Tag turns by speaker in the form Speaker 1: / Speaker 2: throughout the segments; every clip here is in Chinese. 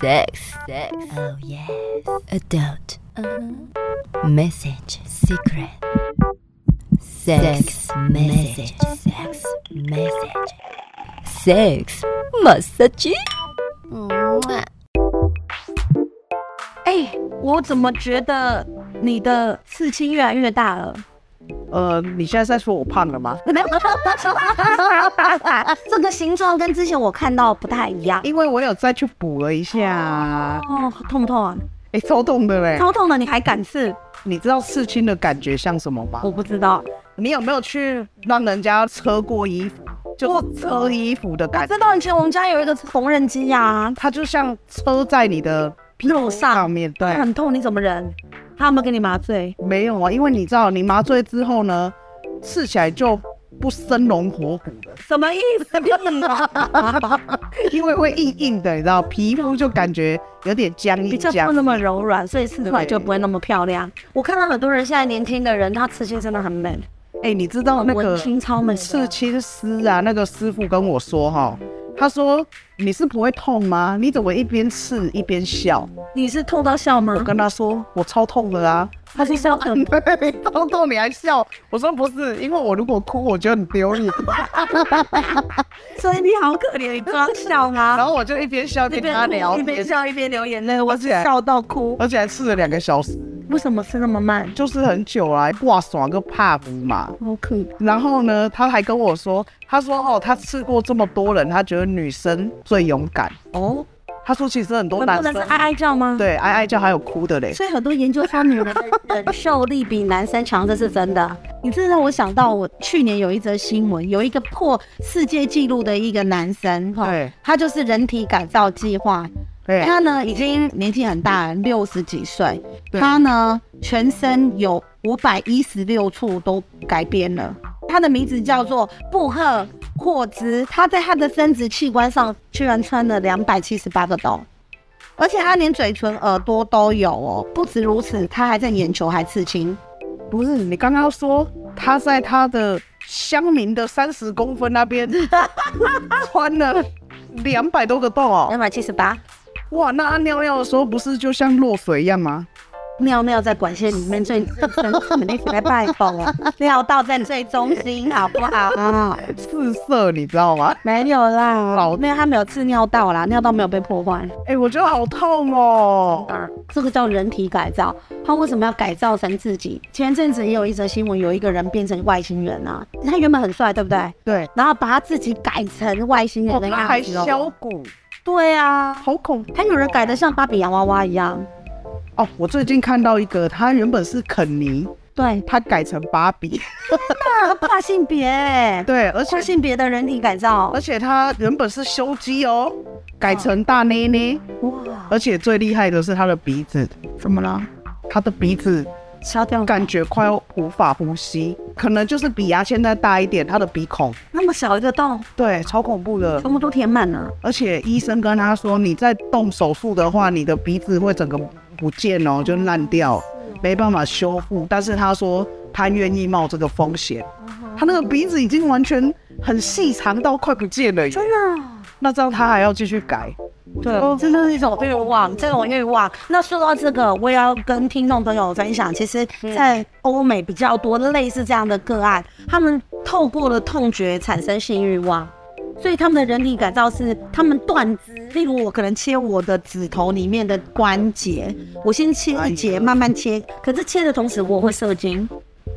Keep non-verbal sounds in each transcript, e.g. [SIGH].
Speaker 1: Sex, sex, oh yes. Uh-huh. Adult, message, secret. Sex, message, sex, message. Sex, massage.
Speaker 2: 哎，我怎么觉得你的刺青越来越大了？
Speaker 3: 呃，你现在在说我胖了吗？
Speaker 2: 这个形状跟之前我看到不太一样。
Speaker 3: 因为我有再去补了一下，
Speaker 2: 哦，痛不痛啊？
Speaker 3: 哎、超痛的嘞！
Speaker 2: 超痛的，你还敢刺？
Speaker 3: 你知道刺青的感觉像什么吗
Speaker 2: 我？不知道，
Speaker 3: 你有没有去让人家车过衣服？就是车衣服的
Speaker 2: 我
Speaker 3: 感觉，
Speaker 2: 知道以前我们家有一个缝纫机呀，
Speaker 3: 它就像车在你的
Speaker 2: 肉上
Speaker 3: 上面对。
Speaker 2: 很痛，你怎么忍？他有没有给你麻醉？
Speaker 3: 没有啊，因为你知道，你麻醉之后呢，刺起来就不生龙活虎的，
Speaker 2: 什么意思？
Speaker 3: 因为会硬硬的，你知道，皮肤就感觉有点僵
Speaker 2: 比
Speaker 3: 硬
Speaker 2: 较不
Speaker 3: 僵。
Speaker 2: 那么柔软，所以刺出来就不会那么漂亮。我看到很多人现在年轻的人，他刺青真的很美，
Speaker 3: 哎、你知道那
Speaker 2: 文
Speaker 3: 个
Speaker 2: 青超美的。
Speaker 3: 刺青师啊，那个师傅跟我说哈，他说你是不会痛吗？你怎么一边刺一边笑？
Speaker 2: 你是痛到笑吗
Speaker 3: 我？跟他说我超痛的啊， [LAUGHS]
Speaker 2: 他是笑很
Speaker 3: 对，超痛你还笑？我说不是，因为我如果哭我就很丢脸， [LAUGHS]
Speaker 2: 所以你好可怜，你装笑
Speaker 3: 然 [LAUGHS]
Speaker 2: 吗？
Speaker 3: 后我就一边笑跟他聊
Speaker 2: 一边
Speaker 3: 天，
Speaker 2: 笑一边流眼泪，我
Speaker 3: 而且
Speaker 2: 笑到哭。
Speaker 3: 而且还刺了两个小时，
Speaker 2: 为什么吃那么慢？
Speaker 3: 就是很久啊，挂耍个 pub 嘛。
Speaker 2: 好可怜。
Speaker 3: 然后呢，他还跟我说，他说哦，他刺过这么多人，他觉得女生最勇敢。
Speaker 2: 哦，
Speaker 3: 他说其实很
Speaker 2: 我
Speaker 3: 多
Speaker 2: 们
Speaker 3: 男
Speaker 2: 不能
Speaker 3: 生
Speaker 2: 是哀哀叫吗？。
Speaker 3: 对哀哀叫还有哭的嘞。
Speaker 2: 所以很多研究说，女人的忍受力比男生强，这是真的。你这让我想到，我去年有一则新闻，有一个破世界纪录的一个男生，哈
Speaker 3: 对
Speaker 2: 他就是人体改造计划，
Speaker 3: 对，
Speaker 2: 他呢已经年纪很大了，六十几岁，
Speaker 3: 对
Speaker 2: 他呢全身有五百一十六处都改变了。他的名字叫做布赫霍兹，他在他的生殖器官上居然穿了两百七十八个洞，而且他连嘴唇、耳朵都有哦。不止如此，他还在眼球还刺青，
Speaker 3: 不是你刚刚说他在他的乡民的三十公分
Speaker 2: [LAUGHS]
Speaker 3: 那边穿了两百多个洞哦，
Speaker 2: 两百七十八，
Speaker 3: 哇，那他尿尿的时候不是就像落水一样吗？
Speaker 2: 尿尿在管线里面最最深，每天在拜访 [LAUGHS] 啊，尿道在最中心，好不好？啊。
Speaker 3: 四射，你知道吗？
Speaker 2: 没有啦，
Speaker 3: 老
Speaker 2: 没有，他没有刺尿道啦，尿道没有被破坏。
Speaker 3: 哎、我觉得好痛哦。
Speaker 2: 这个叫人体改造。他为什么要改造成自己？前阵子也有一则新闻，有一个人变成外星人啊，他原本很帅，对不对？
Speaker 3: 对，
Speaker 2: 然后把他自己改成外星
Speaker 3: 哦，
Speaker 2: 人的
Speaker 3: 他
Speaker 2: 样
Speaker 3: 还
Speaker 2: 子哦。
Speaker 3: 削骨，
Speaker 2: 对啊，
Speaker 3: 好恐怖
Speaker 2: 他有人改的像芭比洋娃娃一样。
Speaker 3: 哦。我最近看到一个，他原本是肯尼，
Speaker 2: 对，
Speaker 3: 他改成芭比， [LAUGHS]
Speaker 2: 他跨性别、欸，
Speaker 3: 对，而且
Speaker 2: 跨性别的人体改造
Speaker 3: 而，且他原本是修鸡哦，改成大内内。
Speaker 2: 哇，
Speaker 3: 而且最厉害的是他的鼻子，怎么了？他的鼻子
Speaker 2: 烧掉
Speaker 3: 感觉快要无法呼吸，可能就是比牙签再大一点，他的鼻孔，
Speaker 2: 那么小一个洞，
Speaker 3: 对，超恐怖的。
Speaker 2: 全部都填满了。
Speaker 3: 而且医生跟他说，你再动手术的话，你的鼻子会整个不见哦，就烂掉，没办法修复。但是他说他愿意冒这个风险，他那个鼻子已经完全很细长到快不见了耶，
Speaker 2: 真的啊。
Speaker 3: 那这样他还要继续改，
Speaker 2: 对，这就是一种欲望，这种欲望。那说到这个，我也要跟听众朋友分享，其实，在欧美比较多类似这样的个案，他们透过了痛觉产生性欲望，所以他们的人体改造是他们断肢，例如我可能切我的指头里面的关节，我先切一节，慢慢切，可是切的同时我会射精。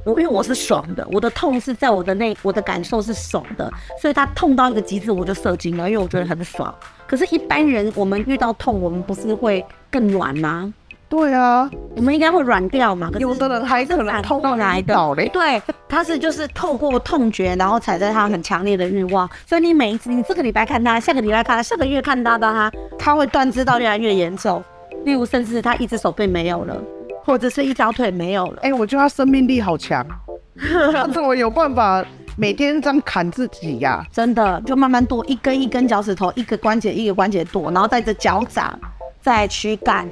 Speaker 2: 我因为我是爽的，我的痛是在我的内，我的感受是爽的，所以他痛到一个极致，我就射精了，因为我觉得很爽。可是，一般人我们遇到痛，我们不是会更软吗？
Speaker 3: 对啊，
Speaker 2: 我们应该会软掉嘛。可是
Speaker 3: 有的人还可能痛
Speaker 2: 痛来的，
Speaker 3: 倒嘞。
Speaker 2: 对，他是就是透过痛觉，然后产生他很强烈的欲望。所以你每一次，你这个礼拜看他，下个礼拜看他，下个月看他的他，他会断肢到越来越严重。例如，甚至他一只手臂没有了，或者是一条腿没有了。
Speaker 3: 哎、我觉得他生命力好强， [LAUGHS] 他怎么有办法每天这样砍自己呀、
Speaker 2: 真的就慢慢剁，一根一根脚趾头，一个关节一个关节剁，然后再着脚掌，再躯干。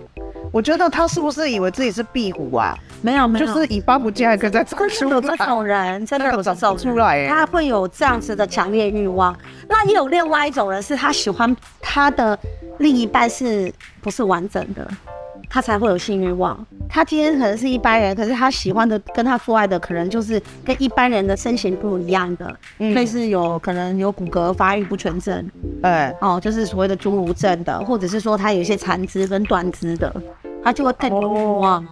Speaker 3: 我觉得他是不是以为自己是壁虎啊？
Speaker 2: 没有没有，
Speaker 3: 就是尾巴不见还可以再长出
Speaker 2: 有这
Speaker 3: 来。
Speaker 2: 种人，真的有这种
Speaker 3: 那个长不出来欸
Speaker 2: 人他会有这样子的强烈欲望。那也有另外一种人，是他喜欢他的另一半是不是完整的，他才会有性欲望。他今天可能是一般人，可是他喜欢的跟他做爱的，可能就是跟一般人的身形不一样的，
Speaker 3: 嗯
Speaker 2: 类似有可能有骨骼发育不全症，
Speaker 3: 哎，
Speaker 2: 哦，就是所谓的侏儒症的，或者是说他有一些残肢跟断肢的，他就会更多欲
Speaker 3: 哦
Speaker 2: 望。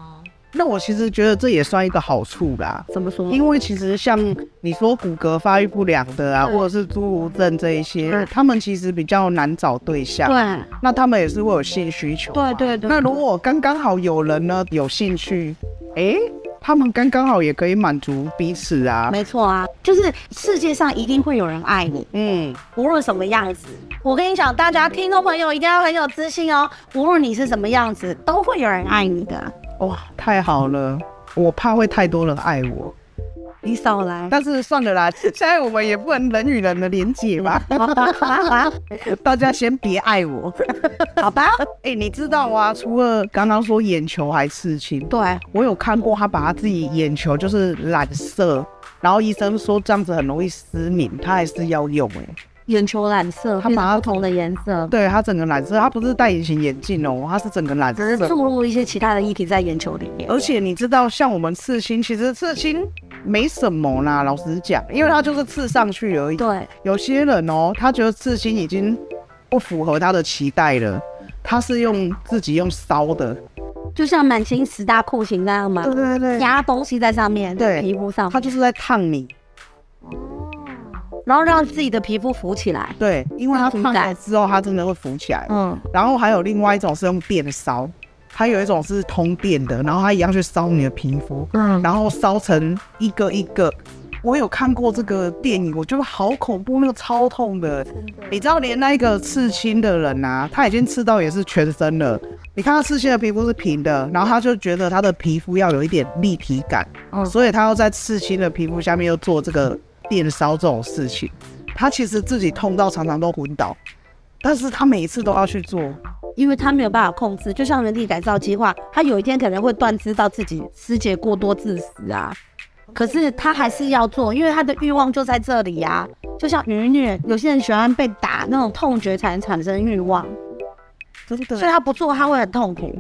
Speaker 3: 那我其实觉得这也算一个好处啦，
Speaker 2: 怎么说？
Speaker 3: 因为其实像你说骨骼发育不良的啊，
Speaker 2: 嗯
Speaker 3: 或者是侏儒症这一些
Speaker 2: 嗯，
Speaker 3: 他们其实比较难找对象。
Speaker 2: 对
Speaker 3: 那他们也是会有性需求嘛。
Speaker 2: 对对对
Speaker 3: 啊那如果刚刚好有人呢有兴趣，诶，他们刚刚好也可以满足彼此啊。
Speaker 2: 没错啊，就是世界上一定会有人爱你，
Speaker 3: 嗯，
Speaker 2: 无论什么样子。我跟你讲，大家听众朋友一定要很有自信哦，无论你是什么样子，都会有人爱你的。
Speaker 3: 哇，太好了，我怕会太多人爱我。
Speaker 2: 你少来， [LAUGHS]
Speaker 3: 但是算了啦， [LAUGHS] 现在我们也不能人与人的连接吧，大家先别爱我。
Speaker 2: 好吧？
Speaker 3: 哎、你知道啊，除了刚刚说眼球还刺青，
Speaker 2: 对，
Speaker 3: 我有看过他把他自己眼球就是染色，然后医生说这样子很容易失明，他还是要用哎、
Speaker 2: 眼球染色，
Speaker 3: 它把它
Speaker 2: 不同的颜色，
Speaker 3: 对他整个染色，他不是戴隐形眼镜哦，他是整个染
Speaker 2: 只是
Speaker 3: 色。
Speaker 2: 注入一些其他的液体在眼球里面。
Speaker 3: 而且你知道，像我们刺青，其实刺青没什么啦，老实讲，因为它就是刺上去而已。
Speaker 2: 对，
Speaker 3: 有些人哦，他觉得刺青已经不符合他的期待了，他是用自己用烧的，
Speaker 2: 就像满清十大酷刑那样嘛，
Speaker 3: 对对，
Speaker 2: 压东西在上面，
Speaker 3: 对
Speaker 2: 皮肤上，
Speaker 3: 他就是在烫你，
Speaker 2: 然后让自己的皮肤浮起来。
Speaker 3: 对，因为他烫了之后，他真的会浮起来。
Speaker 2: 嗯，
Speaker 3: 然后还有另外一种是用电烧，它有一种是通电的，然后它一样去烧你的皮肤，
Speaker 2: 嗯
Speaker 3: 然后烧成一个一个。我有看过这个电影，我觉得好恐怖，那个超痛的。你知道，连那个刺青的人啊，他已经刺到也是全身了。你看他刺青的皮肤是平的，然后他就觉得他的皮肤要有一点立体感，
Speaker 2: 嗯
Speaker 3: 所以他要在刺青的皮肤下面又做这个电烧这种事情。他其实自己痛到常常都昏倒，但是他每一次都要去做。
Speaker 2: 因为他没有办法控制，就像人体改造计划，他有一天可能会断肢到自己失血过多致死啊。可是他还是要做，因为他的欲望就在这里呀、就像愉虐，有些人喜欢被打，那种痛觉才能产生欲望，
Speaker 3: 真
Speaker 2: 所以，他不做他会很痛苦。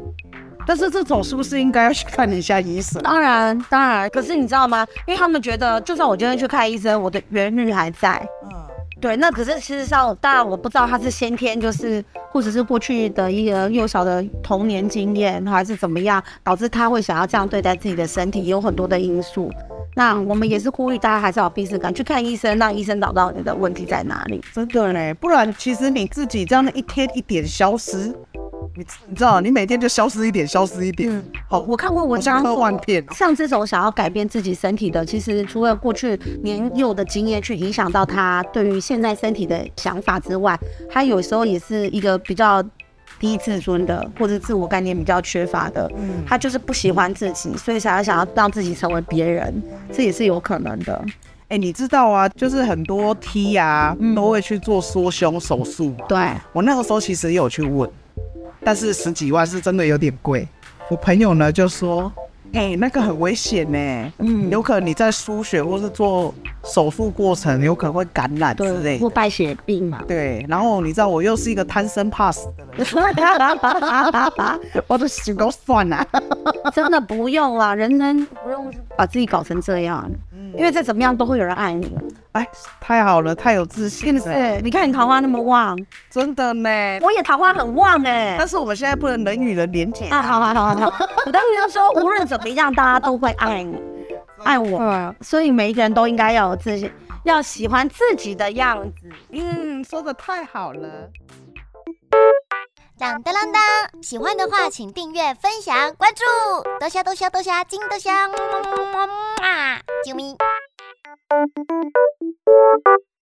Speaker 3: 但是这种是不是应该要去看一下医生？
Speaker 2: 当然，当然。可是你知道吗？因为他们觉得，就算我今天去看医生，我的原欲还在。对，那可是事实上，当然我不知道他是先天就是，或者是过去的一个幼小的童年经验，还是怎么样，导致他会想要这样对待自己的身体，有很多的因素。那我们也是呼吁大家还是要有病耻感，去看医生，让医生找到你的问题在哪里。
Speaker 3: 真的嘞，不然其实你自己这样一天一点消失，你你知道，你每天就消失一点，消失一点，
Speaker 2: 嗯
Speaker 3: 好，
Speaker 2: 我看过文
Speaker 3: 像
Speaker 2: 章
Speaker 3: 科幻
Speaker 2: 说
Speaker 3: 片哦
Speaker 2: 像这种想要改变自己身体的，其实除了过去年幼的经验去影响到他对于现在身体的想法之外，他有时候也是一个比较低自尊的，或者自我概念比较缺乏的。
Speaker 3: 嗯
Speaker 2: 他就是不喜欢自己，所以才要想要让自己成为别人，这也是有可能的。
Speaker 3: 哎、你知道啊，就是很多 T 啊、
Speaker 2: 嗯
Speaker 3: 都会去做缩胸手术。
Speaker 2: 对，
Speaker 3: 我那个时候其实也有去问，但是十几万是真的有点贵。我朋友呢就说，哎、那个很危险呢、
Speaker 2: 嗯
Speaker 3: 有可能你在输血或是做手术过程，有可能会感染之类
Speaker 2: 对，
Speaker 3: 的
Speaker 2: 或败血病嘛。
Speaker 3: 对，然后你知道我又是一个贪生怕死的人， [LAUGHS] 我的血够酸啊。
Speaker 2: [LAUGHS] 真的不用啦，人能不用把自己搞成这样，因为再怎么样都会有人爱你。
Speaker 3: [LAUGHS] 哎，太好了，太有自信了，
Speaker 2: 对，你看你桃花那么旺，
Speaker 3: 真的呢。
Speaker 2: 我也桃花很旺哎、
Speaker 3: 但是我们现在不能人与人连接，
Speaker 2: 啊，好好好好好，我当时就说，无论怎么样，大家都会爱你，爱我，所以每一个人都应该要有自己，要喜欢自己的样子。
Speaker 3: 嗯，说的太好了。
Speaker 4: 当当当当！喜欢的话，请订阅、分享、关注，多虾多虾多虾，金多虾，么么么么么啊！啾咪。